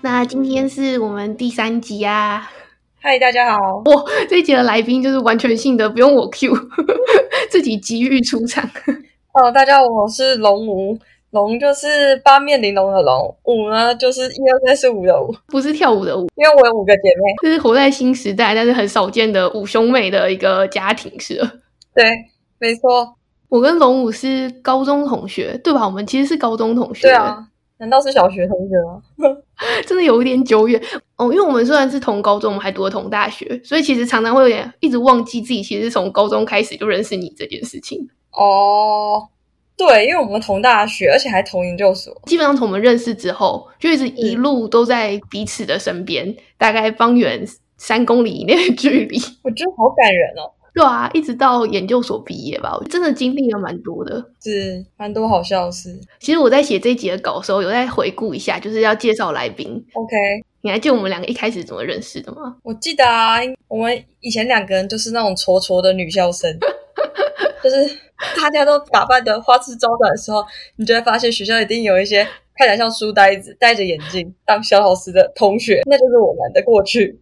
那今天是我们第三集啊， 嗨，大家好，这一集的来宾就是完全性的，不用我 Q，自己急于出场。哦，大家好，我是龙吴，龙就是八面玲珑的龙，五呢就是一二三四五的五，不是跳舞的舞，因为我有五个姐妹。这是活在新时代，但是很少见的五兄妹的一个家庭是了。对，没错，我跟龙武是高中同学，对吧？我们其实是高中同学，对，啊，难道是小学同学吗？真的有一点久远哦。因为我们虽然是同高中，我们还读了同大学，所以其实常常会有点一直忘记自己其实是从高中开始就认识你这件事情。哦，对，因为我们同大学，而且还同研究所。基本上从我们认识之后，就一直一路都在彼此的身边，大概方圆三公里以内的距离。 我觉得好感人哦，对啊，一直到研究所毕业吧，我真的经历了蛮多的。是蛮多好笑的事。其实我在写这一集的稿的时候，有在回顾一下，就是要介绍来宾。 OK，你还记得我们两个一开始怎么认识的吗？ 我记得啊，我们以前两个人就是那种挫挫的女校生，就是大家都打扮的花枝招展的时候，你就会发现学校一定有一些看起来像书呆子、戴着眼镜当小老师的同学，那就是我们的过去。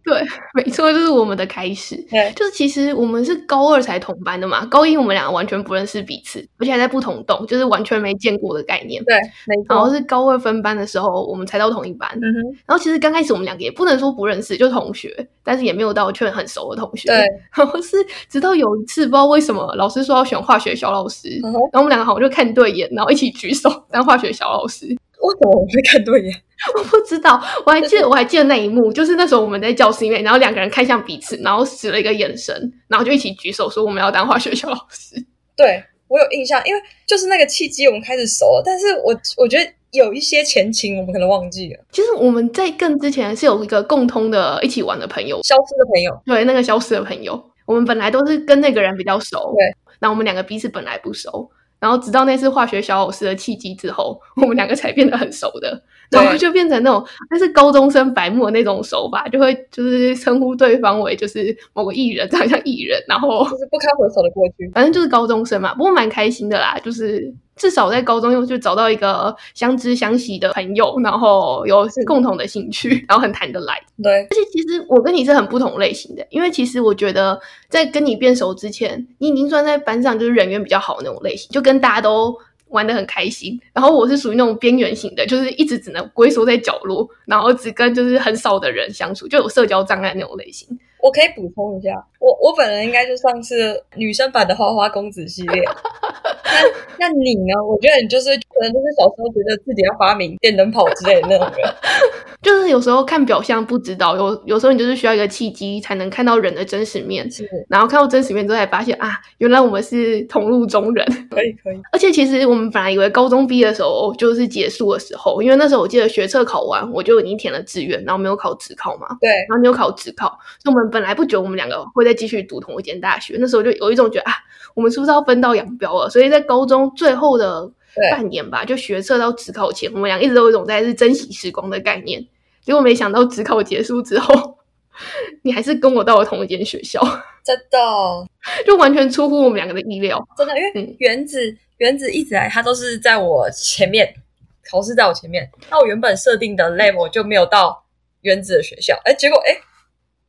没错，就是我们的开始。对就是其实我们是高二才同班的嘛，高一我们俩完全不认识彼此，而且还在不同栋，就是完全没见过的概念。对，没然后错。是高二分班的时候，我们才到同一班。嗯哼，然后其实刚开始我们两个也不能说不认识，就同学，但是也没有到确很熟的同学。对， 然后是直到有一次不知道为什么老师说要选化学小老师，然嗯哼后我们两个好像就看对眼，然后一起举手当化学小老师。 为什么我们会看对眼？我不知道，我还记得我还记得那一幕，就是那时候我们在教室里面，然后两个人看向彼此，然后使了一个眼神，然后就一起举手说我们要当化学小老师。 对我有印象，因为就是那个契机，我们开始熟了。但是我我觉得有一些前情，我们可能忘记了，其实我们在更之前是有一个共通的一起玩的朋友，消失的朋友。对，那个消失的朋友，我们本来都是跟那个人比较熟，对，那我们两个彼此本来不熟，然后直到那次化学小老师的契机之后，我们两个才变得很熟的，对然后就变成那种，但是高中生白目的那种熟吧，就会就是称呼对方为就是某个艺人，长得像艺人，然后就是不堪回首的过去，反正就是高中生嘛，不过蛮开心的啦，就是至少在高中又就找到一个相知相惜的朋友，然后有是共同的兴趣，然后很谈得来。对，其实我跟你是很不同类型的，因为其实我觉得在跟你变熟之前，你已经算在班上就是人缘比较好那种类型，就跟大家都玩得很开心。然后我是属于那种边缘型的，就是一直只能龟缩在角落，然后只跟就是很少的人相处，就有社交障碍那种类型。我可以补充一下，我我本人应该就上次女生版的花花公子系列。那那你呢？我觉得你就是可能就是小时候觉得自己要发明电灯泡之类的那种人。就是有时候看表象不知道，有有时候你就是需要一个契机才能看到人的真实面，是，然后看到真实面之后才发现啊，原来我们是同路中人。可以可以。而且其实我们本来以为高中毕业的时候就是结束的时候，因为那时候我记得学测考完我就已经填了志愿，然后没有考职考嘛，对，然后没有考职考，所以我们本来不觉得我们两个会再继续读同一间大学，那时候就有一种觉得啊，我们是不是要分道扬镳了？所以在高中最后的对半年吧，就学测到职考前，我们俩一直都有一种在是珍惜时光的概念。结果没想到职考结束之后， 你还是跟我到了同一间学校，真的就完全出乎我们两个的意料。真的，因嗯为原子原子一直来，他都是在我前面，考试在我前面。那我原本设定的 level 就没有到原子的学校，哎，结果哎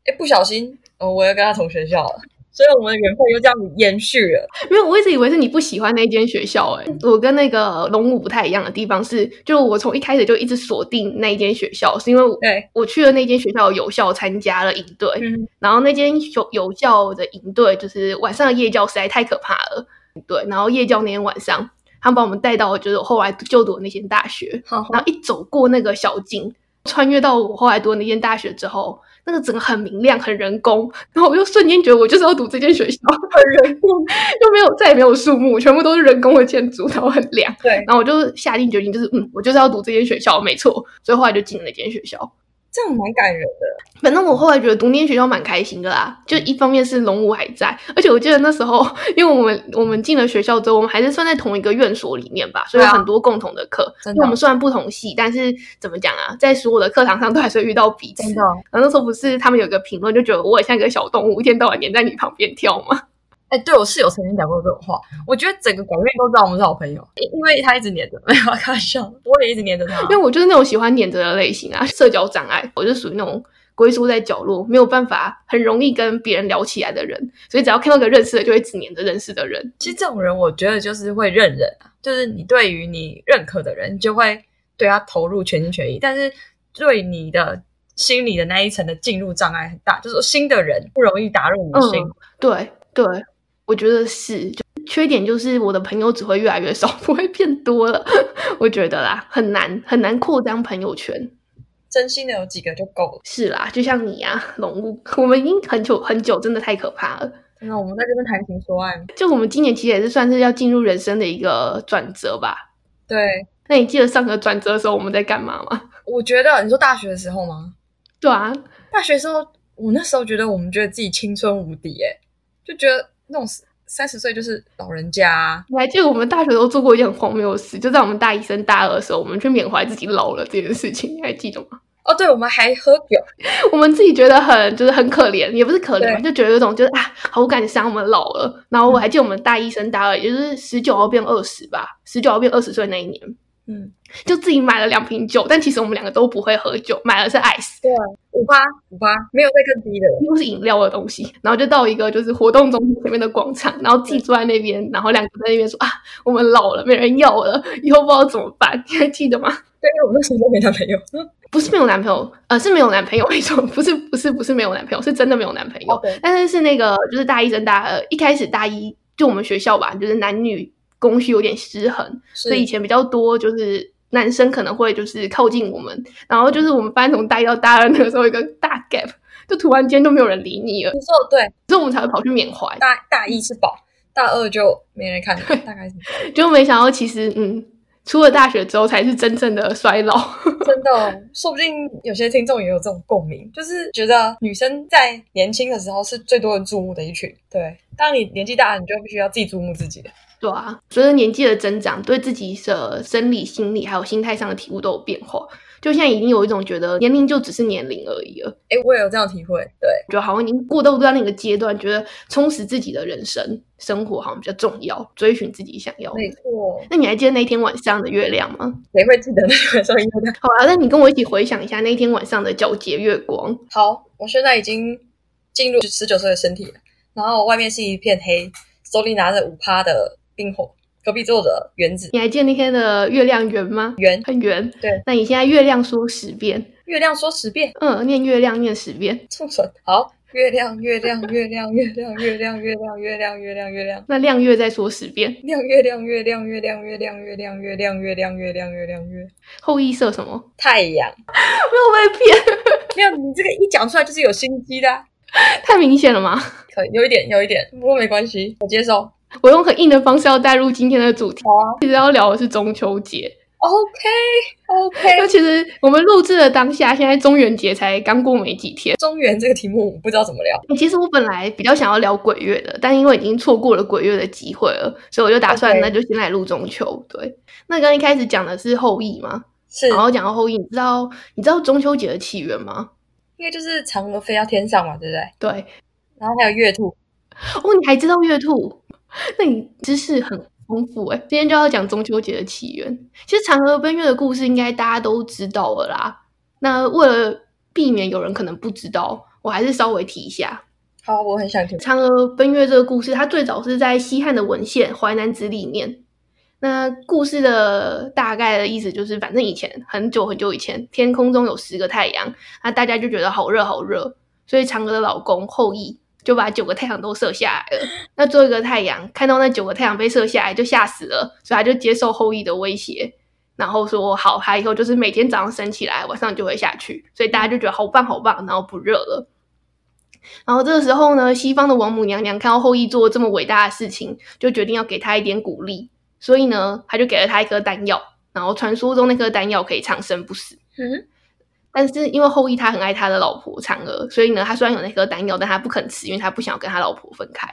哎不小心，哦，我又跟他同学校了，所以我们的缘分又这样延续了。因为我一直以为是你不喜欢那间学校、欸，我跟那个龙武不太一样的地方是，就我从一开始就一直锁定那一间学校，是因为我对，我去了那间学校有校参加了营队，嗯，然后那间有有校的营队就是晚上的夜教实在太可怕了，对，然后夜教那天晚上，他们把我们带到就是我后来就读的那间大学，好，然后一走过那个小径，穿越到我后来读的那间大学之后，那个整个很明亮，很人工，然后我就瞬间觉得我就是要读这间学校，很人工， 就没有再也没有树木，全部都是人工的建筑，然后很亮，对。然后我就下定决心，就是嗯，我就是要读这间学校，没错，所以后来就进了那间学校。这样蛮感人的。反正我后来觉得读那间学校蛮开心的啦，就一方面是龙武还在，而且我记得那时候， 因为我们我们进了学校之后，我们还是算在同一个院所里面吧，所以有对啊很多共同的课。真的因为我们虽然不同系，但是怎么讲啊，在所有的课堂上都还是会遇到彼此。然后那时候不是他们有一个评论，就觉得我也像一个小动物，一天到晚黏在你旁边跳嘛。哎、对我室友曾经讲过这种话，我觉得整个广院都知道我们是好朋友，因因为他一直黏着，没有开玩笑，我也一直黏着 他。 因为我就是那种喜欢黏着的类型啊，社交障碍，我就属于那种龟缩在角落，没有办法很容易跟别人聊起来的人，所以只要看到个认识的，就会只黏着认识的人。其实这种人，我觉得就是会认人啊，就是你对于你认可的人，你就会对他投入全心全意，但是对你的心理的那一层的进入障碍很大，就是说新的人不容易打入你的心。嗯对对，我觉得是。就缺点就是我的朋友只会越来越少， 不会变多了。我觉得啦，很难很难扩张朋友圈。真心的有几个就够了。是啦，就像你啊，龙物， 我们已经很久很久，真的太可怕了。真的，我们在这边谈情说爱吗，就我们今年其实也是算是要进入人生的一个转折吧。对，那你记得上个转折的时候我们在干嘛吗？ 我觉得你说大学的时候吗？对啊，大学的时候，我那时候觉得我们觉得自己青春无敌，哎，就觉得那种三十岁就是老人家啊、你还记得我们大学都做过一件很荒谬的事，就在我们大一升大二的时候，我们去缅怀自己老了这件事情，你还记得吗？哦，对，我们还喝酒， 我们自己觉得很就是很可怜，也不是可怜吧，对就觉得有种就是啊，好感伤，我们老了。然后我还记得我们大一升大二，也就是十九号变二十吧，十九号变二十岁那一年，嗯，就自己买了两瓶酒，但其实我们两个都不会喝酒，买的是 ice，五八五八，没有再更低的了。又是饮料的东西。然后就到一个就是活动中心前面的广场，然后自己坐在那边，然后两个在那边说啊，我们老了，没人要了，以后不知道怎么办。你还记得吗？对，因为我那时候都没男朋友。不是没有男朋友，呃，是没有男朋友没错，不是不是不是没有男朋友，是真的没有男朋友。对，但是是那个就是大一升大二，一开始大一就我们学校吧，就是男女供需有点失衡，所所以以前比较多就是男生可能会就是靠近我们，然后就是我们班从大一到大二那个时候有一个大 gap，就突然间就没有人理你了，你说的对，所以我们才会跑去缅怀，大大一是宝，大二就没人看了，大概是这样就没想到其实嗯，出了大学之后才是真正的衰老。真的哦，说不定有些听众也有这种共鸣，就是觉得女生在年轻的时候是最多人注目的一群。对，当你年纪大了，你就必须要自己注目自己了。对啊，随着年纪的增长，对自己的生理、心理还有心态上的体悟都有变化。就现在已经有一种觉得年龄就只是年龄而已了，哎，我也有这样的体会。对，觉得好像已经过渡到那个阶段，觉得充实自己的人生生活好像比较重要，追寻自己想要的。没错，那你还记得那天晚上的月亮吗？谁会记得那个时候音乐的？好啊，那你跟我一起回想一下那天晚上的皎洁月光。好，我现在已经进入十九岁的身体了，然后外面是一片黑，手里拿着五趴的冰火，隔壁坐着原子。你还记得那天的月亮圆吗？圆很圆。对，那你现在月亮说十遍，月亮说十遍，嗯，念月亮念十遍。这么准。好，月亮，月亮，月亮，月亮，月亮，月亮，月亮，月亮，月亮。那亮月再说十遍。亮月亮月亮月亮月亮月亮月亮月亮月亮月亮月后羿射什 么？太阳，没有被骗。没有你这个一讲出来就是有心机的啊、太明显了吗？ 可有一点有一点，不过没关系，我接受。我用很硬的方式要带入今天的主题，好啊其实要聊的是中秋节。 ，OK OK。那其实我们录制的当下，现在中元节才刚过没几天。中原这个题目我不知道怎么聊，其实我本来比较想要聊鬼月的，但因为已经错过了鬼月的机会了，所以我就打算 OK 那就先来录中秋。对，那刚刚一开始讲的是后羿嘛，是然后讲到后羿，你知道你知道中秋节的起源吗？因为就是嫦娥飞到天上嘛，对不对？对，然后还有月兔，哦，你还知道月兔？那你知识很丰富哎、今天就要讲中秋节的起源。其实嫦娥奔月的故事应该大家都知道了啦。那为了避免有人可能不知道，我还是稍微提一下好，我很想听。嫦娥奔月这个故事。它最早是在西汉的文献《淮南子》里面。那故事的大概的意思就是，反正以前很久很久以前，天空中有十个太阳，那大家就觉得好热好热，所以嫦娥的老公后羿就把九个太阳都射下来了。那最后一个太阳看到那九个太阳被射下来，就吓死了，所以他就接受后羿的威胁，然后说好，他以后就是每天早上升起来，晚上就会下去，所以大家就觉得好棒好棒，然后不热了。然后这个时候呢，西方的王母娘娘看到后羿做这么伟大的事情，就决定要给他一点鼓励，所以呢，他就给了他一颗丹药，然后传说中那颗丹药可以长生不死。嗯，但是因为后羿他很爱他的老婆嫦娥，所以呢，他虽然有那颗丹药，但他不肯吃，因为他不想要跟他老婆分开。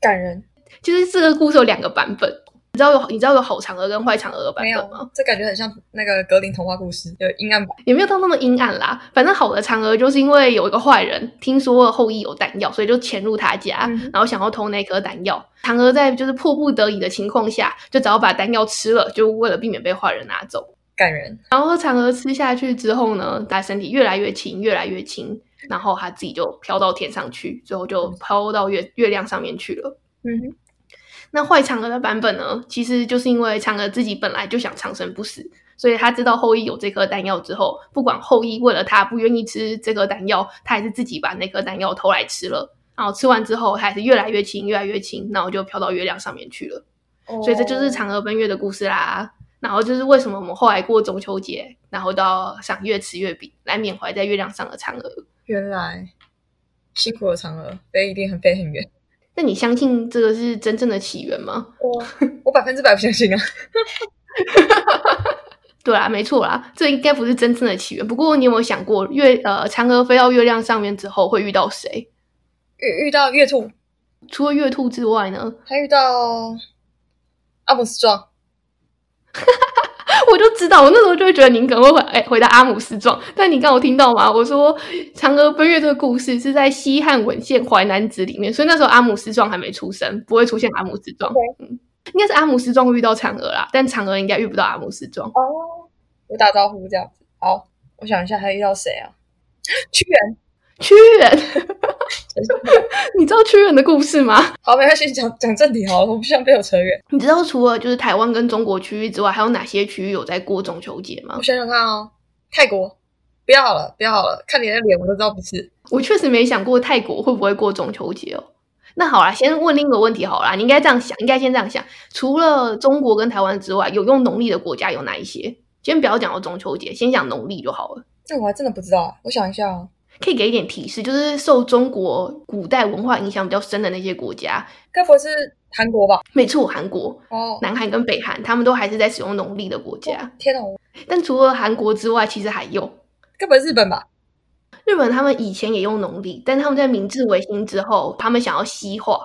感人。其实这个故事有两个版本，你知道有你知道有好嫦娥跟坏嫦娥的版没有本吗？这感觉很像那个格林童话故事，有阴暗版。也没有到那么阴暗啦。反正好的嫦娥就是因为有一个坏人听说后羿有弹药，所以就潜入他家，嗯然后想要偷那颗丹药。嫦娥在就是迫不得已的情况下，就只好把丹药吃了，就为了避免被坏人拿走。感人，然后嫦娥吃下去之后呢，她身体越来越轻，越来越轻，然后她自己就飘到天上去，最后就飘到月月亮上面去了。嗯，那坏嫦娥的版本呢，其实就是因为嫦娥自己本来就想长生不死，所以她知道后羿有这颗丹药之后，不管后羿为了她不愿意吃这颗丹药，她还是自己把那颗丹药偷来吃了。然后吃完之后，她还是越来越轻，越来越轻，然后就飘到月亮上面去了。所以这就是哦嫦娥奔月的故事啦。然后就是为什么我们后来过中秋节，然后都要赏月吃月饼来缅怀在月亮上的嫦娥。原来辛苦了嫦娥，飞一定很飞很远。那你相信这个是真正的起源吗？我我百分之百不相信啊！对啊，没错啦，这应该不是真正的起源。不过你有没有想过，月呃嫦娥飞到月亮上面之后会遇到谁？遇遇到月兔，除了月兔之外呢？ 还遇到阿姆斯壮，我就知道，我那时候就会觉得您可能会回哎回答阿姆斯壮，但你刚有听到吗？我说嫦娥奔月这个故事是在西汉文献《淮南子》里面，所以那时候阿姆斯壮还没出生，不会出现阿姆斯壮。嗯，应该是阿姆斯壮会遇到嫦娥啦，但嫦娥应该遇不到阿姆斯壮。哦，我打招呼这样子。好，我想一下还遇到谁啊？ 屈原。屈原， 你知道屈原的故事吗？好，没关系，讲讲正题好了，我不想被我扯远。你知道除了就是台湾跟中国区域之外，还有哪些区域有在过中秋节吗我？想想看哦，泰国，不要好了，不要好了，看你的脸我都知道不是。我确实没想过泰国会不会过中秋节哦。那好啦，先问另一个问题好啦，你应该这样想，应该先这样想。除了中国跟台湾之外，有用农历的国家有哪一些？先不要讲到中秋节，先讲农历就好了。这我还真的不知道啊，我想一下哦，可以给一点提示，就是受中国古代文化影响比较深的那些国家，该不会是韩国吧？没错，韩国、哦，南韩跟北韩，他们都还是在使用农历的国家。天哪，我但除了韩国之外，其实还有该不会日本吧？日本他们以前也用农历，但他们在明治维新之后，他们想要西化，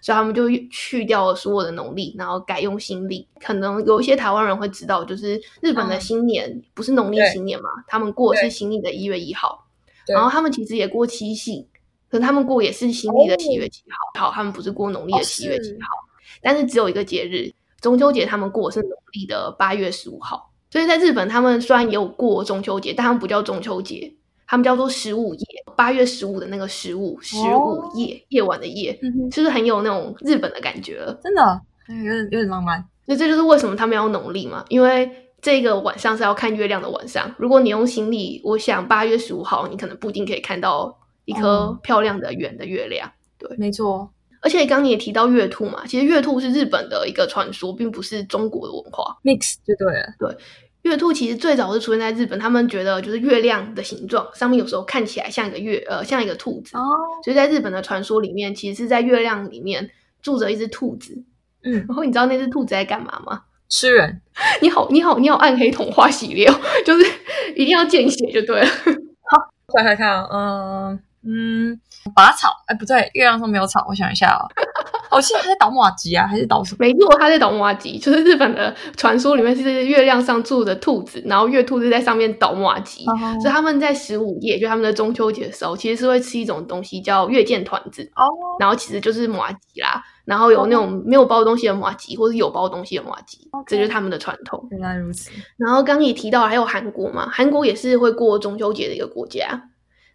所以他们就去掉了所有的农历，然后改用新历。可能有一些台湾人会知道，就是日本的嗯新年、不是农历对新年嘛，他们过的对是新历的一月一号，对然后他们其实也过七夕，可是他们过也是新历的七月七号，好，他们不是过农历的哦七月七是号，但是只有一个节日，中秋节他们过的是农历的八月十五号。所以在日本，他们虽然也有过中秋节，但他们不叫中秋节，他们叫做十五夜，八月十五的那个十五，十五夜、夜晚的夜，嗯哼，就是很有那种日本的感觉了。真的，嗯有点有点浪漫。所以这就是为什么他们要农历嘛，因为这个晚上是要看月亮的晚上。如果你用行历，我想八月十五号你可能不一定可以看到一颗哦漂亮的圆的月亮。没错，而且刚刚你也提到月兔嘛，其实月兔是日本的一个传说，并不是中国的文化。 mix 就对了。月兔其实最早是出现在日本，他们觉得就是月亮的形状上面有时候看起来像一个月，呃，像一个兔子。哦，所以在日本的传说里面，其实是在月亮里面住着一只兔子。嗯，然后你知道那只兔子在干嘛吗？ 吃人。你好，你好，你好，暗黑童话系列、哦， 就是一定要见血就对了。想想看啊，嗯嗯，拔草，哎，不对，月亮上没有草。我想一下哦，我记得他在倒马吉啊，还是倒什么？没错，它在倒马吉，就是日本的传说里面是月亮上住着兔子，然后月兔是在上面倒马吉。哦所以他们在十五夜，就他们的中秋节的时候，其实是会吃一种东西叫月见团子。哦，然后其实就是麻吉啦，然后有那种没有包东西的麻吉，或是有包东西的麻吉 OK 这就是他们的传统。原来如此。然后刚刚也提到了还有韩国嘛，韩国也是会过中秋节的一个国家。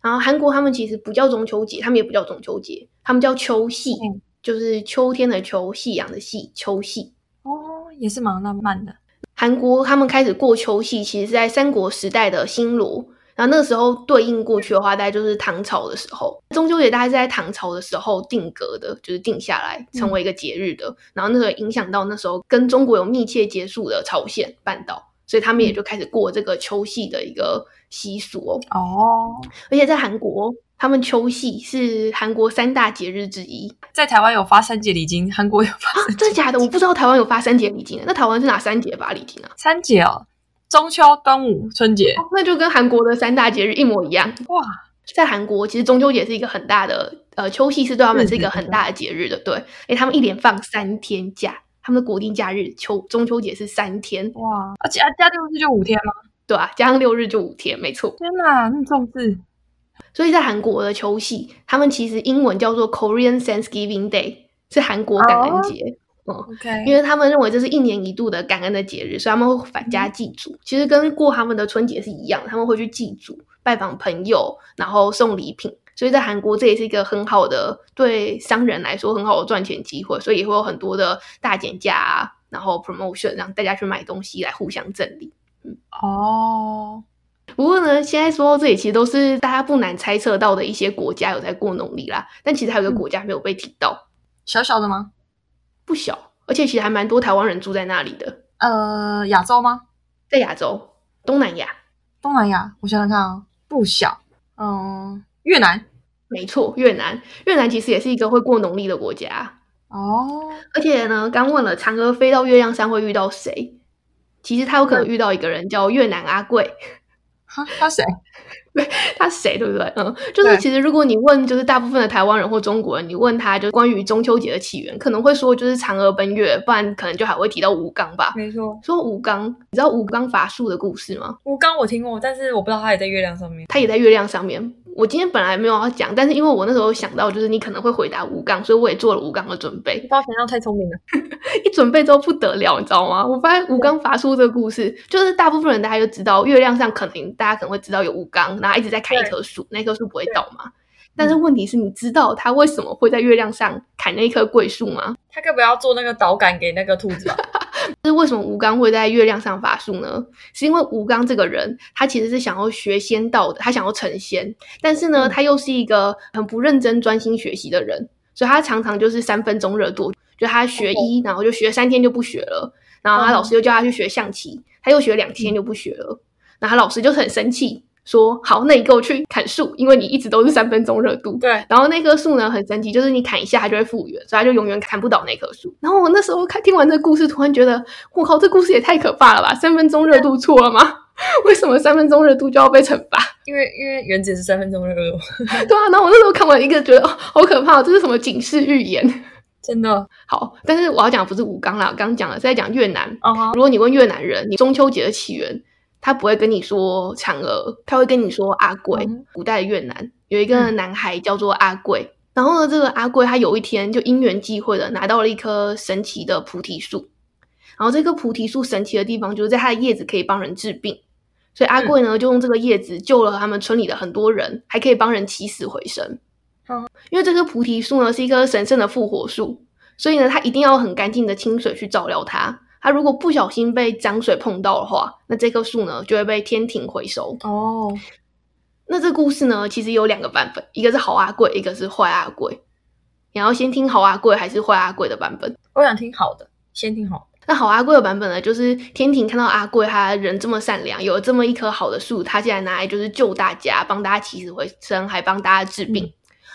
然后韩国他们其实不叫中秋节，他们也不叫中秋节，他们叫秋夕，嗯就是秋天的秋，夕阳的夕，秋夕。哦，也是蛮浪漫的。韩国他们开始过秋夕，其实是在三国时代的新罗。然后那个时候对应过去的话，大概就是唐朝的时候，中秋节大概是在唐朝的时候定格的，就是定下来成为一个节日的。然后那个影响到那时候跟中国有密切接触的朝鲜半岛，所以他们也就开始过这个秋夕的一个习俗哦。哦，而且在韩国，他们秋夕是韩国三大节日之一。在台湾有发三节礼金，韩国有发啊， 真的假的？我不知道台湾有发三节礼金，那台湾是哪三节吧礼金啊？三节哦，中秋、端午、春节。哦那就跟韩国的三大节日一模一样。哇，在韩国，其实中秋节是一个很大的，呃，秋夕是对他们是一个很大的节日的，对，因为他们一连放三天假，他们的国定假日秋中秋节是三天，哇，而且啊加六日就五天吗？对啊，加上六日就五天，没错。天哪，那么重视所以在韩国的秋夕，他们其实英文叫做 Korean Thanksgiving Day，是韩国感恩节。 ，OK，因为他们认为这是一年一度的感恩的节日，所以他们会返家祭祖。其实跟过他们的春节是一样，他们会去祭祖、拜访朋友，然后送礼品。所以在韩国，这也是一个很好的对商人来说很好的赚钱机会，所以也会有很多的大减价啊，然后 promotion 让大家去买东西来互相赠礼。哦，不过呢，现在说到这里，其实都是大家不难猜测到的一些国家有在过农历啦，但其实还有一个国家没有被提到，小小的吗？不小，而且其实还蛮多台湾人住在那里的，呃，亚洲吗？在亚洲东南亚。东南亚？我想想看啊，不小，嗯，越南。没错，越南，越南其实也是一个会过农历的国家。哦，而且呢，刚问了嫦娥飞到月亮山会遇到谁，其实他有可能遇到一个人叫越南阿贵，哈，他谁？他是谁对不对？嗯，就是对其实如果你问，就是大部分的台湾人或中国人，你问他就关于中秋节的起源，可能会说就是嫦娥奔月，不然可能就还会提到吴刚吧。没错，说吴刚，你知道吴刚伐树的故事吗？吴刚我听过，但是我不知道他也在月亮上面。他也在月亮上面。我今天本来没有要讲，但是因为我那时候想到就是你可能会回答吴刚，所以我也做了吴刚的准备。包想象太聪明了。一准备之后不得了，你知道吗？我发现吴刚伐树这个故事，就是大部分人大家就知道，月亮上可能大家可能会知道有吴刚，然后一直在砍一棵树，那棵树不会倒嘛。但是问题是，你知道他为什么会在月亮上砍那棵桂树吗？他该不要做那个导杆给那个兔 子吧？就是为什么吴刚会在月亮上伐树呢？是因为吴刚这个人，他其实是想要学仙道的，他想要成仙，但是呢，嗯他又是一个很不认真专心学习的人，所以他常常就是三分钟热度，就他学医，然后就学三天就不学了，然后他哦嗯老师又叫他去学象棋，他又学两天就不学了，然后他老师就是很生气，说好，那你给我去砍树，因为你一直都是三分钟热度，对，然后那棵树呢很神奇，就是你砍一下它就会复原，所以它就永远砍不倒那棵树。然后我那时候看听完这个故事，突然觉得，我靠，这故事也太可怕了吧！三分钟热度错了吗？ 为什么三分钟热度就要被惩罚？ 因为因为原子是三分钟热度，对啊，然后我那时候看完一个觉得哦，好可怕、哦，这是什么警示预言？真的。好，但是我要讲的不是武冈啦，我刚刚讲了是在讲越南。啊哈，如果你问越南人，你中秋节的起源，他不会跟你说嫦娥，他会跟你说阿贵。嗯古代的越南有一个男孩叫做阿贵，然后呢，这个阿贵他有一天就因缘际会的拿到了一棵神奇的菩提树，然后这棵菩提树神奇的地方就是在它的叶子可以帮人治病，所以阿贵呢就用这个叶子救了他们村里的很多人，还可以帮人起死回生嗯。因为这棵菩提树呢是一棵神圣的复活树，所以呢，它一定要很干净的清水去照料它。它如果不小心被脏水碰到的话，那这棵树呢就会被天庭回收。哦，那这故事呢，其实有两个版本，一个是好阿贵，一个是坏阿贵。你要先听好阿贵还是坏阿贵的版本？我想听好的，先听好的。那好阿贵的版本呢，就是天庭看到阿贵他人这么善良，有了这么一棵好的树，他竟然拿来就是救大家，帮大家起死回生，还帮大家治病。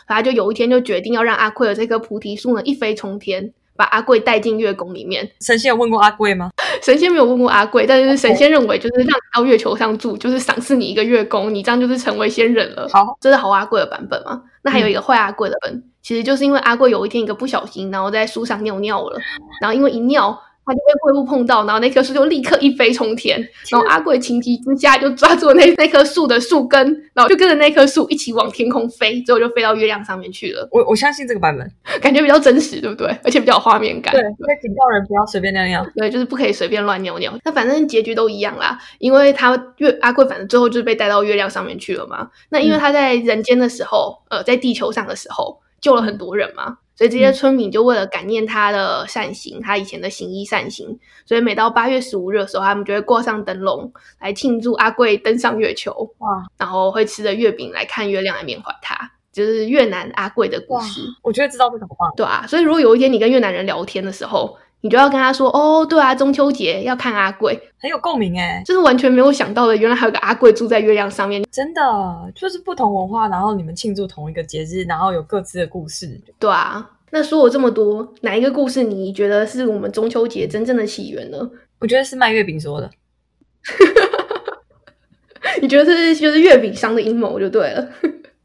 然后他就有一天就决定要让阿贵的这棵菩提树呢一飞冲天，把阿贵带进月宫里面，神仙有问过阿贵吗？神仙没有问过阿贵，哦但是神仙认为就是让你到月球上住，就是赏赐你一个月宫，你这样就是成为仙人了。好，嗯这是好阿贵的版本嘛？那还有一个坏阿贵的本，其实就是因为阿贵有一天一个不小心，然后在树上尿尿 了，然后因为一尿。他就被怪物碰到，然后那棵树就立刻一飞冲天，然后阿贵情急之下就抓住那那棵树的树根，然后就跟着那棵树一起往天空飞，最后就飞到月亮上面去了，我我相信这个版本。感觉比较真实，对不对？而且比较有画面感。对，所以警告人不要随便尿尿。对，就是不可以随便乱扭扭。那反正结局都一样啦，因为他月阿贵反正最后就是被带到月亮上面去了嘛。那因为嗯他在人间的时候，呃，在地球上的时候救了很多人嘛，所以这些嗯村民就为了感念他的善行，他以前的行医善行，所以每到八月十五日的时候，他们就会挂上灯笼来庆祝阿贵登上月球，哇，然后会吃着月饼来看月亮来缅怀他。就是越南阿贵的故哇事， 我觉得知道这个好棒。对啊，所以如果有一天你跟越南人聊天的时候，你就要跟他说：“哦，对啊，中秋节要看阿贵。很有共鸣哎”，就是完全没有想到的，原来还有个阿贵住在月亮上面，真的就是不同文化，然后你们庆祝同一个节日，然后有各自的故事。对啊。那说了这么多，哪一个故事你觉得是我们中秋节真正的起源呢？ 我觉得是卖月饼说的，你觉得这是就是月饼商的阴谋就对了。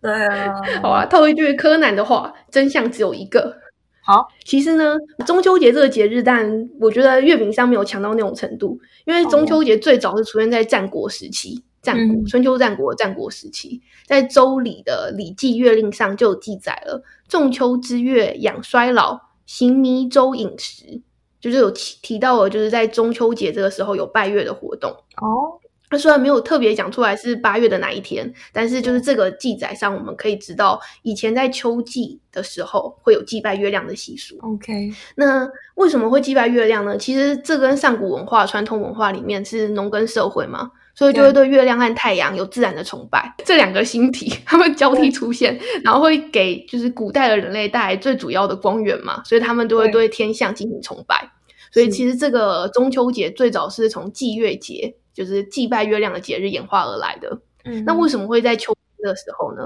对啊，好啊，套一句柯南的话，真相只有一个。好，其实呢，中秋节这个节日，但我觉得月饼上没有强到那种程度，因为中秋节最早是出现在战国时期，战国、嗯春秋战国的战国时期，在《周礼》的《礼记·月令》上就有记载了“仲秋之月，养衰老，行弥周饮食”，就是有提提到了，就是在中秋节这个时候有拜月的活动。哦，那虽然没有特别讲出来是八月的哪一天，但是就是这个记载上，我们可以知道以前在秋季的时候会有祭拜月亮的习俗。 OK，那为什么会祭拜月亮呢？其实这跟上古文化、传统文化里面是农耕社会嘛，所以就会对月亮和太阳有自然的崇拜。这两个星体它们交替出现，然后会给就是古代的人类带来最主要的光源嘛，所以他们都会对天象进行崇拜。所以是其实这个中秋节最早是从祭月节，就是祭拜月亮的节日演化而来的。嗯，那为什么会在秋天的时候呢？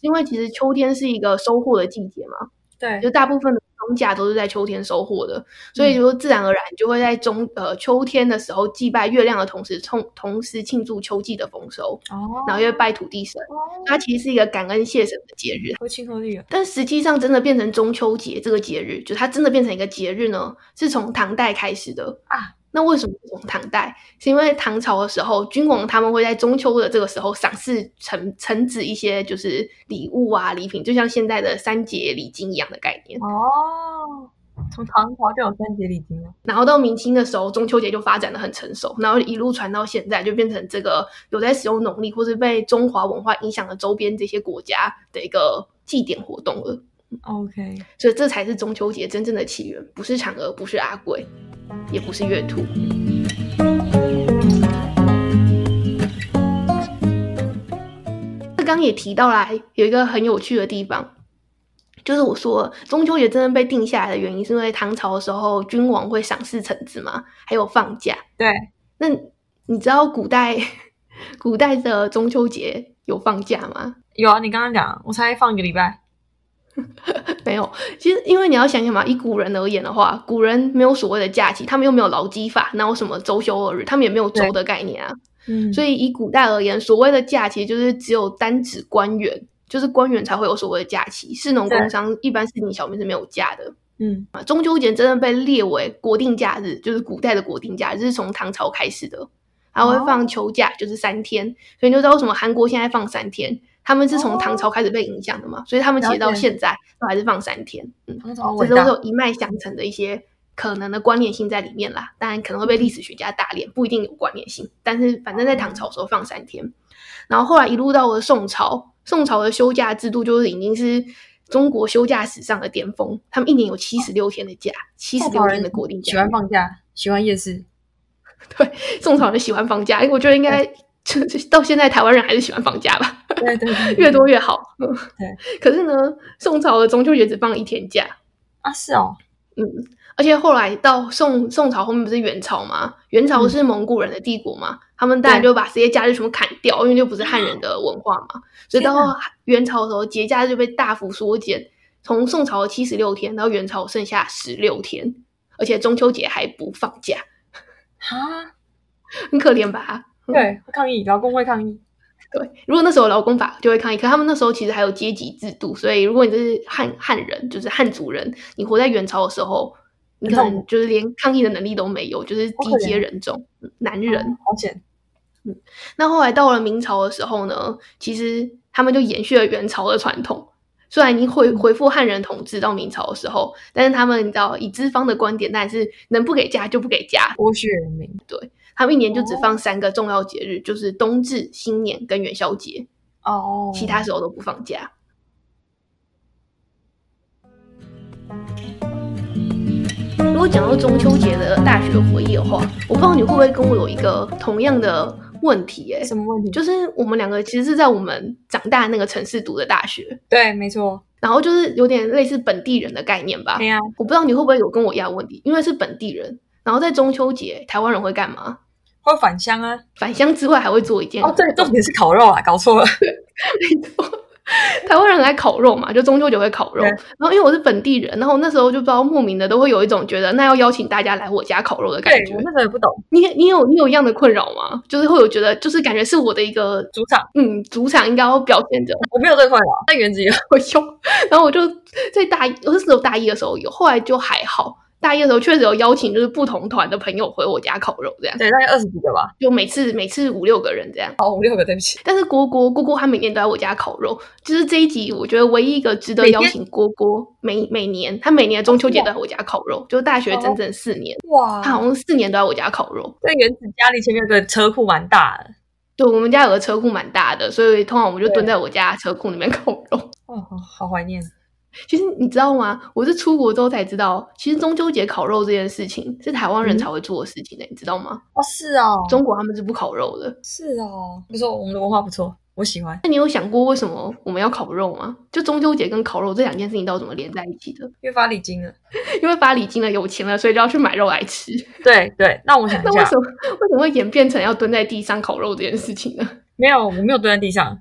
是因为其实秋天是一个收获的季节嘛。对就大部分的庄稼都是在秋天收获的，所以就自然而然就会在中呃秋天的时候祭拜月亮的同时，同同时庆祝秋季的丰收，哦，然后又拜土地神，它其实是一个感恩谢神的节日。合情合理啊，但实际上，真的变成中秋节这个节日，就它真的变成一个节日呢，是从唐代开始的啊。那为什么是从唐代？是因为唐朝的时候，君王他们会在中秋的这个时候赏赐臣臣子一些就是礼物啊、礼品，就像现在的三节礼金一样的概念。哦，从唐朝就有三节礼金了，然后到明清的时候，中秋节就发展的很成熟，然后一路传到现在，就变成这个有在使用农历或是被中华文化影响的周边这些国家的一个祭典活动了。 OK，所以这才是中秋节真正的起源，不是嫦娥，不是阿贵，也不是月兔。那刚刚也提到啦，有一个很有趣的地方，就是我说中秋节真正被定下来的原因，是因为唐朝的时候君王会赏赐臣子嘛，还有放假。对，那你知道古代 古代的中秋节有放假吗？有啊，你刚刚讲，我才放一个礼拜，没有，其实因为你要想想嘛，以古人而言的话，古人没有所谓的假期，他们又没有劳基法，哪有什么周休二日，他们也没有周的概念啊。嗯所以以以古代而言，所谓的假期就是只有单指官员，就是官员才会有所谓的假期，士农工对商一般市井小民是没有假的。嗯，啊中秋节真的被列为国定假日，就是古代的国定假日，是从唐朝开始的。还会放秋假，就是三哦天，所以你就知道为什么韩国现在放三天，他们是从唐朝开始被影响的嘛，所以他们其实到了解现在都还是放三天。嗯，唐这朝哦伟都是大，有一脉相承的一些可能的关联性在里面啦。当然可能会被历史学家打脸，不一定有关联性，但是反正在唐朝的时候放三天，然后后来一路到了宋朝，宋朝的休假制度就是已经是。中国休假史上的巅峰，他们一年有七十六天的假，七十宋六朝天人的国定喜假欢。放假，喜欢夜市，宋朝人喜欢放假，因为我觉得应 该到现在台湾人还是喜欢放假吧。对对对， 越多越好。嗯 对，可是呢，宋朝的中秋节只放一天假，啊，是哦，嗯，而且后来到宋宋朝后面不是元朝吗？元朝是蒙古人的帝国嘛，他们当然嗯对就把这些假日全部砍掉，因为就不是汉人的文化嘛。所以天到元朝的时候，节假日就被大幅缩减，从宋朝的七十六天到元朝剩下十六天，而且中秋节还不放假，哈，很可怜吧？对，抗议，劳工会抗议，对，如果那时候有劳工法就会抗议，可他们那时候其实还有阶级制度，所以如果你是汉汉人，就是汉族人，你活在元朝的时候，你可很能痛就是连抗议的能力都没有，就是好低可阶怜哦人种，嗯男人。好险，那后来到了明朝的时候呢，其实他们就延续了元朝的传统。虽然已经恢嗯恢复汉人统治到明朝的时候，但是他们你知道以资方的观点，但是能不给假就不给假，剥削人民，他们一年就只哦放三个重要节日，就是冬至、新年跟元宵节。哦，其他时候都不放假。如果讲到中秋节的大学回忆的话，我不知道你会不会跟我有一个同样的问题、欸，什么问题？就是我们两个其实是在我们长大那个城市读的大学，对，没错，然后就是有点类似本地人的概念吧对。呀，我不知道你会不会有跟我一样的问题，因为是本地人，然后在中秋节台湾人会干嘛？会返乡啊，哦返乡之外还会做一件哦，对，重点是烤肉啊，搞错了，没错，台湾人很爱烤肉嘛，就中秋节会烤肉。对然后因为我是本地人，然后那时候就不知道莫名的都会有一种觉得那要邀请大家来我家烤肉的感对觉我。那时候也不懂你你有你有一样的困扰吗？就是会有觉得就是感觉是我的一个主场，嗯主场应该要表现着我没有这块了，在原子有。我 用，然后我就在大一，我是只有大一的时候有，后来就还好。大一的时候确实有邀请，就是不同团的朋友回我家烤肉，这样 对，大概二十几个吧，就每次每次五六个人这样。哦，五六个，对不起。但是郭郭郭郭他每年都来我家烤肉，就是这一集我觉得唯一一个值得每邀天请郭郭每每年他每年的中秋节都来我家烤肉，就是大学整整四年，哦哇，他好像四年都来我家烤肉。在原子家里前面有个车库蛮大的，对我们家有个车库蛮大的，所以通常我们就对蹲在我家车库里面烤肉。 哦，好好怀念。其实你知道吗？我是出国之后才知道，其实中秋节烤肉这件事情是台湾人嗯才会做的事情呢、你知道吗？哦，是哦，中国他们是不烤肉的。是哦，不错，我们的文化不错，我喜欢，那你有想过为什么我们要烤肉吗？就中秋节跟烤肉这两件事情到底怎么连在一起的？因为发礼金了。因为巴黎进了有钱了，所以就要去买肉来吃。对对， 那我想一那为下什，么为什么会演变成要蹲在地上烤肉这件事情呢？没有，我没有蹲在地上。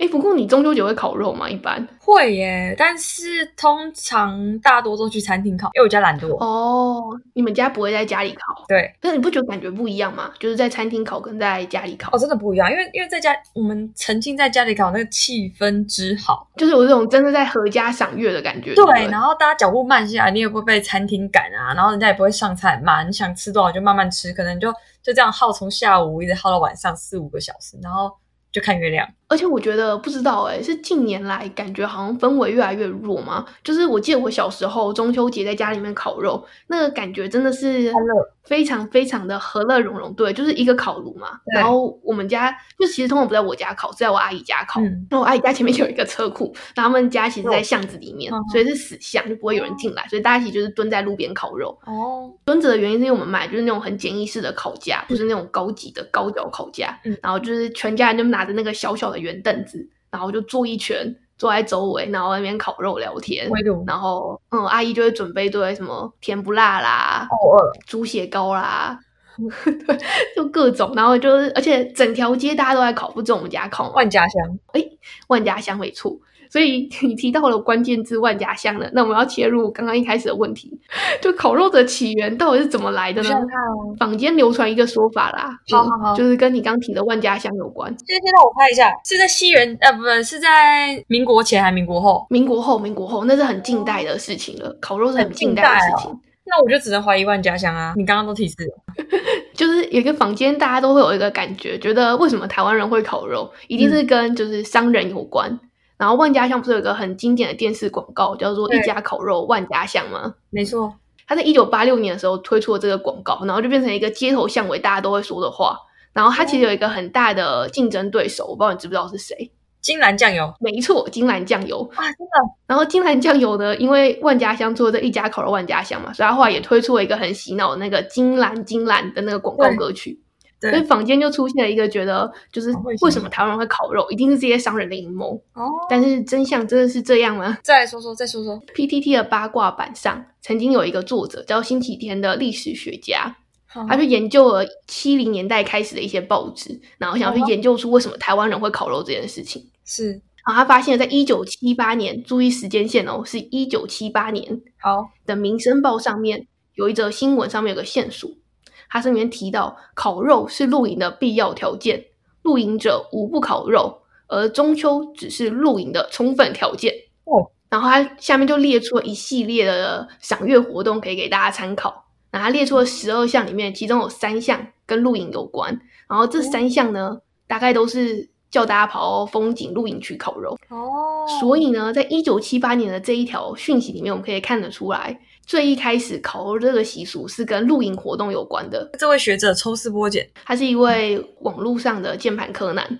哎，不过你中秋节会烤肉吗？一般会耶，但是通常大多都去餐厅烤，因为我家懒惰。哦，你们家不会在家里烤，对，但是你不觉得感觉不一样吗？就是在餐厅烤跟在家里烤哦，，真的不一样，因为因为在家，我们沉浸在家里烤，那个气氛之好。就是有一种真的在合家赏月的感觉。不对，然后大家脚步慢下来，你也不会被餐厅赶啊，然后人家也不会上菜很慢，你想吃多少就慢慢吃，可能就就这样耗从下午一直耗到晚上四五个小时，然后就看月亮。而且我觉得不知道哎、是近年来感觉好像氛围越来越弱嘛。就是我记得我小时候中秋节在家里面烤肉，那个感觉真的是欢乐非常非常的和乐融融。对，就是一个烤炉嘛。对然后我们家就其实通常不在我家烤，是在我阿姨家烤。嗯，那我阿姨家前面有一个车库，然后他们家其实在哦巷子里面嗯，所以是死巷，就不会有人进来，所以大家一起就是蹲在路边烤肉。哦，蹲着的原因是因为我们买就是那种很简易式的烤架，不是那种高级的高脚烤架，嗯然后就是全家人就拿着那个小小的圆凳子，然后就坐一圈，坐在周围，然后在那边烤肉聊天。围炉，然后，嗯，阿姨就会准备一堆什么甜不辣啦、偶尔猪血糕啦， 对，就各种。然后就是，而且整条街大家都在烤，不只有我们家烤嘛。万家香，万家香没错。所以你提到了关键字万家香了，那我们要切入刚刚一开始的问题，就烤肉的起源到底是怎么来的呢？哦。坊间流传一个说法啦，好嗯好好就是跟你刚提的万家香有关。先先让我猜一下，是在西元呃，不是是在民国前还是民国后？民国后，民国后那是很近代的事情了，烤肉是很很近近代的代事哦情。那我就只能怀疑万家香啊！你刚刚都提示了，就是有一个坊间，大家都会有一个感觉，觉得为什么台湾人会烤肉，一定是跟就是商人有关。然后万家香不是有一个很经典的电视广告，叫做“一对家烤肉万家香”吗？没错，他在一九八六年的时候推出了这个广告，然后就变成一个街头巷尾大家都会说的话。然后他其实有一个很大的竞争对手，我不知道你知不知道是谁？金兰酱油没错，金兰酱油。啊，真的然后金兰酱油呢，因为万家香做这一家烤肉万家香嘛，所以他后来也推出了一个很洗脑的那个金兰金兰的那个广告对歌曲。对所以坊间就出现了一个觉得，就是好会哦为洗什么脑台湾人会烤肉，一定是这些商人的阴谋。哦。但是真相真的是这样吗？再来说说，再说说， PTT 的八卦版上，曾经有一个作者叫星期天的历史学家，好他就研究了七零年代开始的一些报纸，然后想要去哦研究出为什么台湾人会烤肉这件事情。是然后他发现，在一九七八年，注意时间线哦，是一九七八年好的《民生报》上面有一则新闻，上面有个线索，它上面提到烤肉是露营的必要条件，露营者无不烤肉，而中秋只是露营的充分条件。哦，然后它下面就列出了一系列的赏月活动可以给大家参考。然后它列出了十二项，里面其中有三项跟露营有关，然后这三项呢，大概都是叫大家跑到风景露营区烤肉。哦所以呢，在一九七八年的这一条讯息里面，我们可以看得出来，最一开始烤肉这个习俗是跟露营活动有关的。这位学者抽丝剥茧，他是一位网络上的键盘柯南，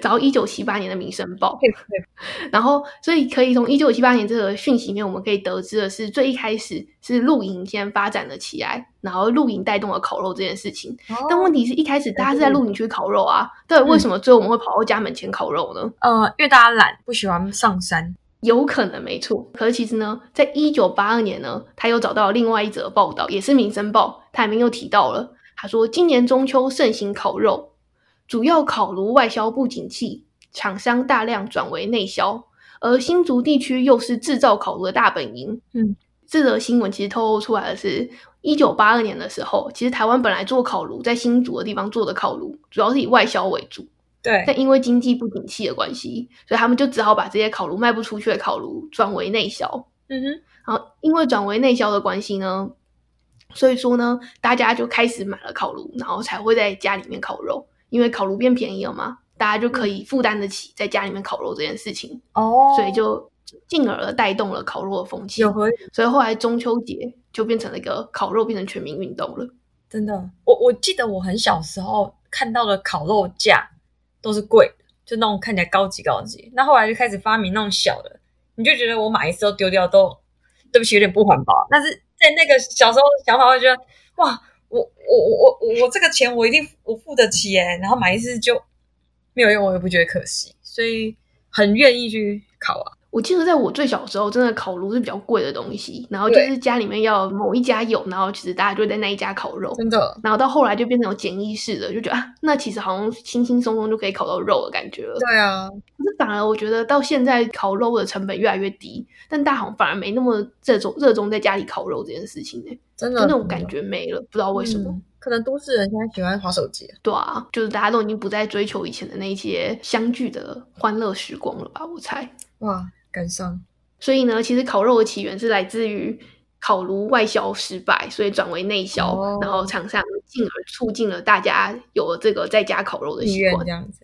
找到一九七八年的《民生报佩服佩服，》，然后所以可以从一九七八年这个讯息里面，我们可以得知的是，最一开始是露营先发展了起来，然后露营带动了烤肉这件事情。但问题题是一开始大家是在露营区烤肉啊，到底为什么最后我们会跑到家门前烤肉呢？呃，因为大家懒，不喜欢上山，有可能没错，可是其实呢，在一九八二年呢，他又找到另外一则报道，也是《民生报》，他里面又提到了，他说今年中秋盛行烤肉，主要烤炉外销不景气，厂商大量转为内销，而新竹地区又是制造烤炉的大本营。嗯，这则新闻其实透露出来的是，一九八二年的时候，其实台湾本来做烤炉，在新竹的地方做的烤炉，主要是以外销为主。对，但因为经济不景气的关系，所以他们就只好把这些烤炉卖不出去的烤炉转为内销。嗯哼，然后因为转为内销的关系呢，所以说呢，大家就开始买了烤炉，然后才会在家里面烤肉，因为烤炉变便宜了嘛，大家就可以负担得起在家里面烤肉这件事情，哦，所以就进而带动了烤肉的风气有。合理，所以后来中秋节就变成了一个烤肉变成全民运动了。真的。我我记得我很小时候看到的烤肉架都是贵的，就那种看起来高级高级。那后来就开始发明那种小的，你就觉得我买一次都丢掉都，对不起，有点不环保。啊但是在那个小时候的想法会觉得，哇，我我我我我这个钱我一定我付得起耶、然后买一次就没有用，我也不觉得可惜，所以很愿意去烤啊。我记得在我最小的时候，真的烤炉是比较贵的东西，然后就对是家里面要某一家有，然后其实大家就会在那一家烤肉，真的，然后到后来就变成有简易式的，就觉得啊，那其实好像轻轻松松就可以烤到肉的感觉了。对啊，可是反而我觉得到现在烤肉的成本越来越低，但大家好像反而没那么热衷热衷在家里烤肉这件事情呢、欸真的就那种感觉没了，不知道为什么。嗯可能都市人现在喜欢滑手机，对啊，就是大家都已经不再追求以前的那些相聚的欢乐时光了吧？我猜。哇，感伤。所以呢，其实烤肉的起源是来自于烤炉外销失败，所以转为内销，哦然后厂商进而促进了大家有了这个在家烤肉的医习院惯这。样子。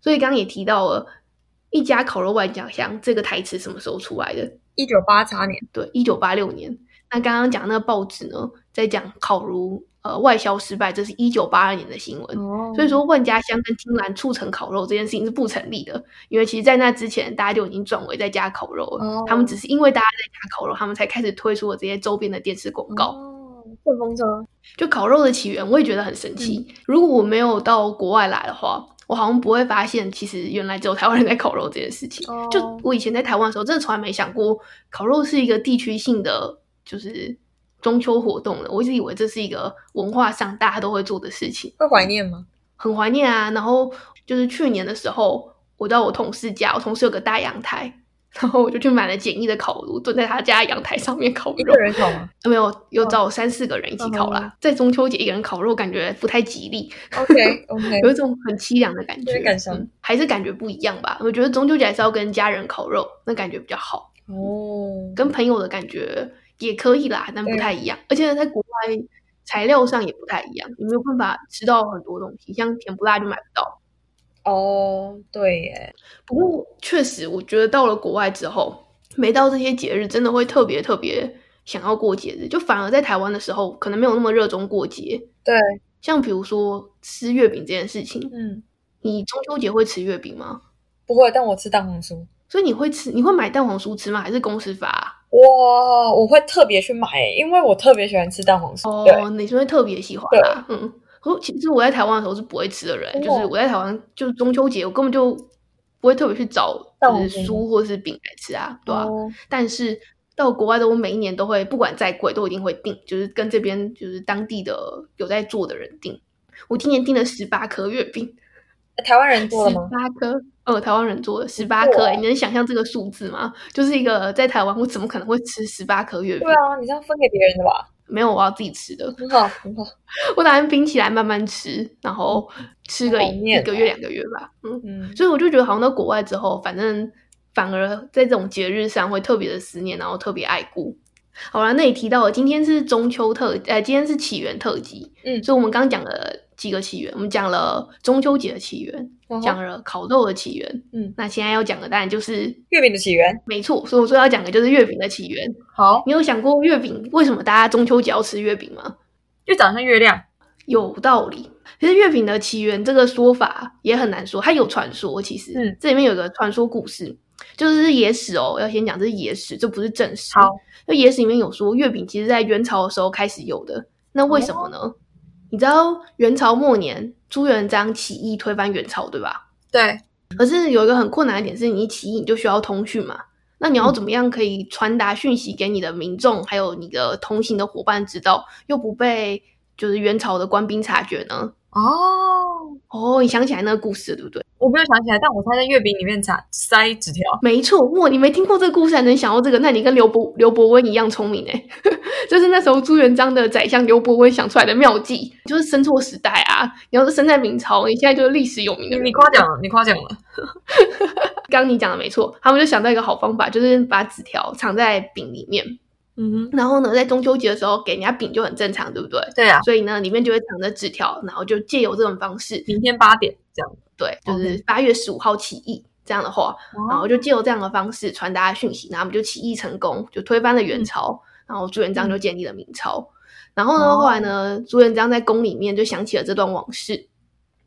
所以刚刚也提到了“一家烤肉万家香”这个台词什么时候出来的？一九八叉年，对，一九八六年。那刚刚讲那个报纸呢，在讲烤炉呃外销失败，这是一九八二年的新闻。哦所以说，万家香跟金兰促成烤肉这件事情是不成立的，因为其实，在那之前，大家就已经转为在家烤肉了。哦他们只是因为大家在家烤肉，他们才开始推出了这些周边的电视广告。哦，顺风车，就烤肉的起源，我也觉得很神奇。嗯如果我没有到国外来的话，我好像不会发现，其实原来只有台湾人在烤肉这件事情。哦就我以前在台湾的时候，真的从来没想过烤肉是一个地区性的，就是中秋活动了。我一直以为这是一个文化上大家都会做的事情。会怀念吗？很怀念啊。然后就是去年的时候，我到我同事家，我同事有个大阳台，然后我就去买了简易的烤炉，蹲在他家阳台上面烤一肉个。人烤 吗 没有，有找三四个人一起烤啦。嗯在中秋节一个人烤肉，感觉不太吉利， ？OK OK，有一种很凄凉的感有觉。点感伤嗯还是感觉不一样吧。我觉得中秋节还是要跟家人烤肉，那感觉比较好，哦，跟朋友的感觉也可以啦，但不太一样。而且在国外材料上也不太一样，你没有办法吃到很多东西，像甜不辣就买不到。哦，对耶，不过确实，我觉得到了国外之后，每到这些节日，真的会特别特别想要过节日。就反而在台湾的时候，可能没有那么热衷过节。对，像比如说吃月饼这件事情，嗯，你中秋节会吃月饼吗？不会，但我吃蛋黄酥，所以你会吃，你会买蛋黄酥吃吗？还是公司发啊、哇，我会特别去买，因为我特别喜欢吃蛋黄酥，对，哦，你是会特别喜欢啦，嗯。我其实我在台湾的时候是不会吃的人，真的就是我在台湾就是中秋节，我根本就不会特别去找蛋就黄是酥酥或是饼来吃啊，对啊。哦但是到国外的，我每一年都会，不管再贵，都一定会订，就是跟这边就是当地的有在做的人订。我今年订了十八颗月饼，台湾人做十的吗？八颗，呃，台湾人做的十八不错颗、啊欸，你能想象这个数字吗？就是一个在台湾，我怎么可能会吃十八颗月饼对？啊，你这样分给别人的吧，没有，我要自己吃的。很好，很好，我打算冰起来慢慢吃，然后吃个嗯好一念哦一个月两个月吧。嗯，嗯，所以我就觉得好像到国外之后，反正反而在这种节日上会特别的思念，然后特别爱顾。好了，那也提到了今天是中秋特，呃，今天是起源特辑，嗯所以我们刚讲了几个起源，我们讲了中秋节的起源，然后讲了烤肉的起源，哦嗯，那现在要讲的当然就是月饼的起源，没错，所以我说要讲的就是月饼的起源。好，你有想过月饼为什么大家中秋节要吃月饼吗？就长得像月亮，有道理。其实月饼的起源这个说法也很难说，它有传说。其实，嗯，这里面有个传说故事，就是野史哦，要先讲这是野史，这不是正史。好，那野史里面有说，月饼其实在元朝的时候开始有的。那为什么呢？哦你知道元朝末年朱元璋起义推翻元朝，对吧？对，可是有一个很困难的点是，你一起义你就需要通讯嘛。那你要怎么样可以传达讯息给你的民众，还有你的同行的伙伴知道，又不被就是元朝的官兵察觉呢？哦，哦，哦，你想起来那个故事了对不对？我没有想起来，但我猜在月饼里面撒塞纸条。没错，哇，你没听过这个故事还能想到这个，那你跟刘伯刘伯温一样聪明哎， 就是那时候朱元璋的宰相刘伯温想出来的妙计，就是生错时代啊！你要是生在明朝，你现在就是历史有名的你人。你夸奖了，你夸奖了。刚刚你讲的没错，他们就想到一个好方法，就是把纸条藏在饼里面，嗯哼，然后呢，在中秋节的时候给人家饼就很正常，对不对？对啊，所以呢，里面就会藏着纸条，然后就借由这种方式，明天八点这样。对，就是八月十五号起义。这样的话，哦然后就借由这样的方式传达讯息，然后我们就起义成功，就推翻了嗯元朝，然后朱元璋就建立了明朝。然后呢，哦后来呢，朱元璋在宫里面就想起了这段往事，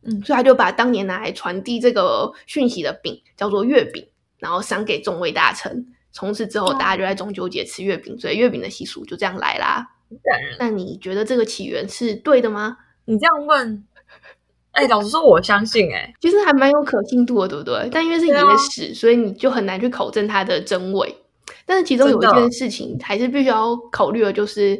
嗯所以他就把当年拿来传递这个讯息的饼叫做月饼，然后赏给众位大臣。从此之后，哦大家就在中秋节吃月饼，所以月饼的习俗就这样来啦。感人。那你觉得这个起源是对的吗？你这样问，哎、老实说，我相信哎、其实还蛮有可信度的，对不对？但因为是对野啊史，所以你就很难去考证它的真伪。但是其中有一真的件事情还是必须要考虑的，就是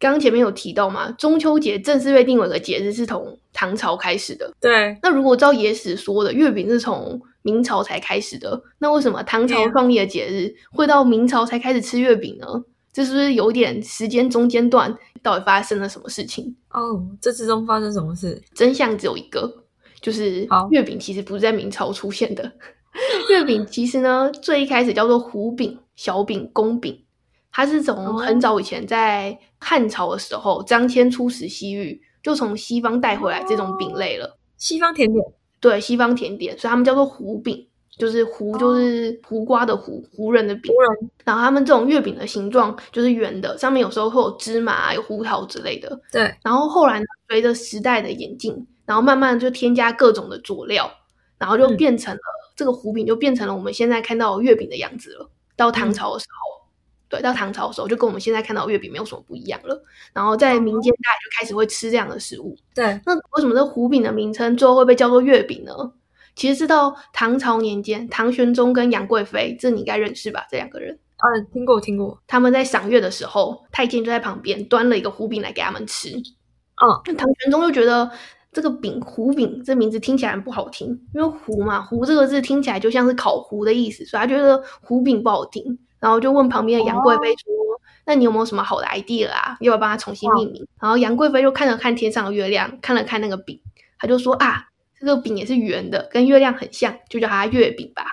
刚刚前面有提到嘛，中秋节正式被定为个节日是从唐朝开始的。对，那如果照野史说的，月饼是从明朝才开始的，那为什么唐朝嗯创立的节日会到明朝才开始吃月饼呢？这是不是有点时间中间段到底发生了什么事情？哦，这之中发生什么事？真相只有一个，就是好月饼其实不是在明朝出现的。 月饼其实呢，最一开始叫做胡饼、小饼、公饼，它是从哦很早以前在汉朝的时候，张骞出使西域，就从西方带回来这种饼类了。西方甜点，对，西方甜点，所以他们叫做胡饼，就是胡就是胡瓜的胡，胡人的饼。湖人，然后他们这种月饼的形状就是圆的，上面有时候会有芝麻啊、有胡桃之类的。对，然后后嗯来呢，随着时代的演进，然后慢慢就添加各种的佐料，然后就嗯变成了、这个胡饼，就变成了我们现在看到的月饼的样子了。到唐嗯朝的时候，对，到唐朝的时候就跟我们现在看到的月饼没有什么不一样了。然后在民哦间大家就开始会吃这样的食物。对，啊那为什么这胡饼的名称最后会被叫做月饼呢？其实是到唐朝年间，唐玄宗跟杨贵妃，这你应该认识吧？这两个人。嗯、听过听过，他们在赏月的时候，太监就在旁边端了一个胡饼来给他们吃。嗯，那唐玄宗就觉得这个饼胡饼这名字听起来很不好听，因为胡嘛，胡这个字听起来就像是烤糊的意思，所以他觉得胡饼不好听，然后就问旁边的杨贵妃说：“那你有没有什么好的 idea 啊？要不要帮他重新命名？”然后杨贵妃就看了看天上的月亮，看了看那个饼，她就说：“啊，这个饼也是圆的，跟月亮很像，就叫它月饼吧。”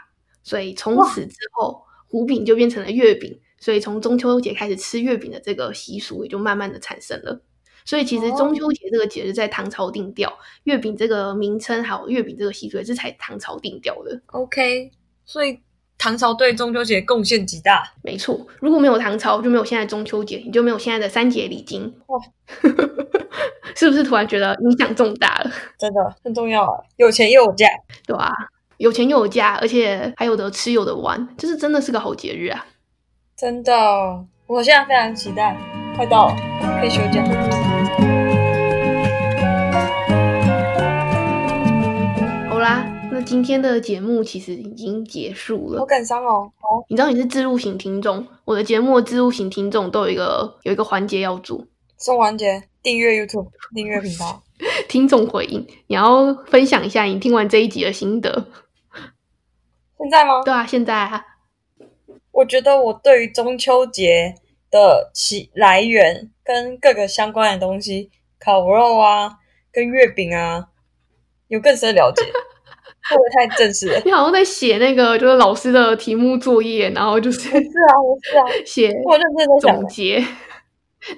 所以从哇此之后，胡饼就变成了月饼，所以从中秋节开始吃月饼的这个习俗也就慢慢的产生了。所以其实哦中秋节这个节日在唐朝定调，月饼这个名称还有月饼这个习俗也是才唐朝定调的。 OK，所以唐朝对中秋节贡献极大。没错，如果没有唐朝，就没有现在中秋节，你就没有现在的三节礼金。哇 是不是突然觉得影响重大了？真的很重要啊，有钱又有价。对啊，有钱又有家，而且还有得吃有得玩，这是真的是个好节日啊！真的，我现在非常期待，快到了，可以休假。好啦，那今天的节目其实已经结束了好。感伤哦，好，你知道你是自入型听众，我的节目的自入型听众都有一个有一个环节要做，送完节，订阅 YouTube，订阅频道。听众回应，你要分享一下你听完这一集的心得。现在吗？对啊，现在啊，我觉得我对于中秋节的起来源跟各个相关的东西，烤肉啊，跟月饼啊，有更深的了解。会不会太正式了？你好像在写那个就是老师的题目作业，然后就是 是啊，我是啊，写我认真在想总的。结。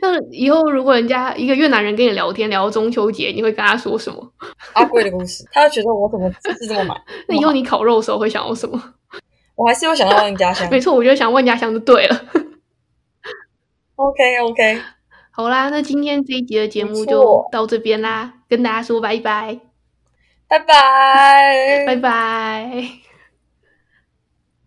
那以后如果人家一个越南人跟你聊天聊到中秋节，你会跟他说什么？阿贵的故事，他就觉得我怎么是这么买，那以后你烤肉的时候会想要什么？我还是会想到万家香。没错，我觉得想万家香就对了。 OK OK，好啦，那今天这一集的节目没错就到这边啦，跟大家说拜拜，拜拜，拜拜。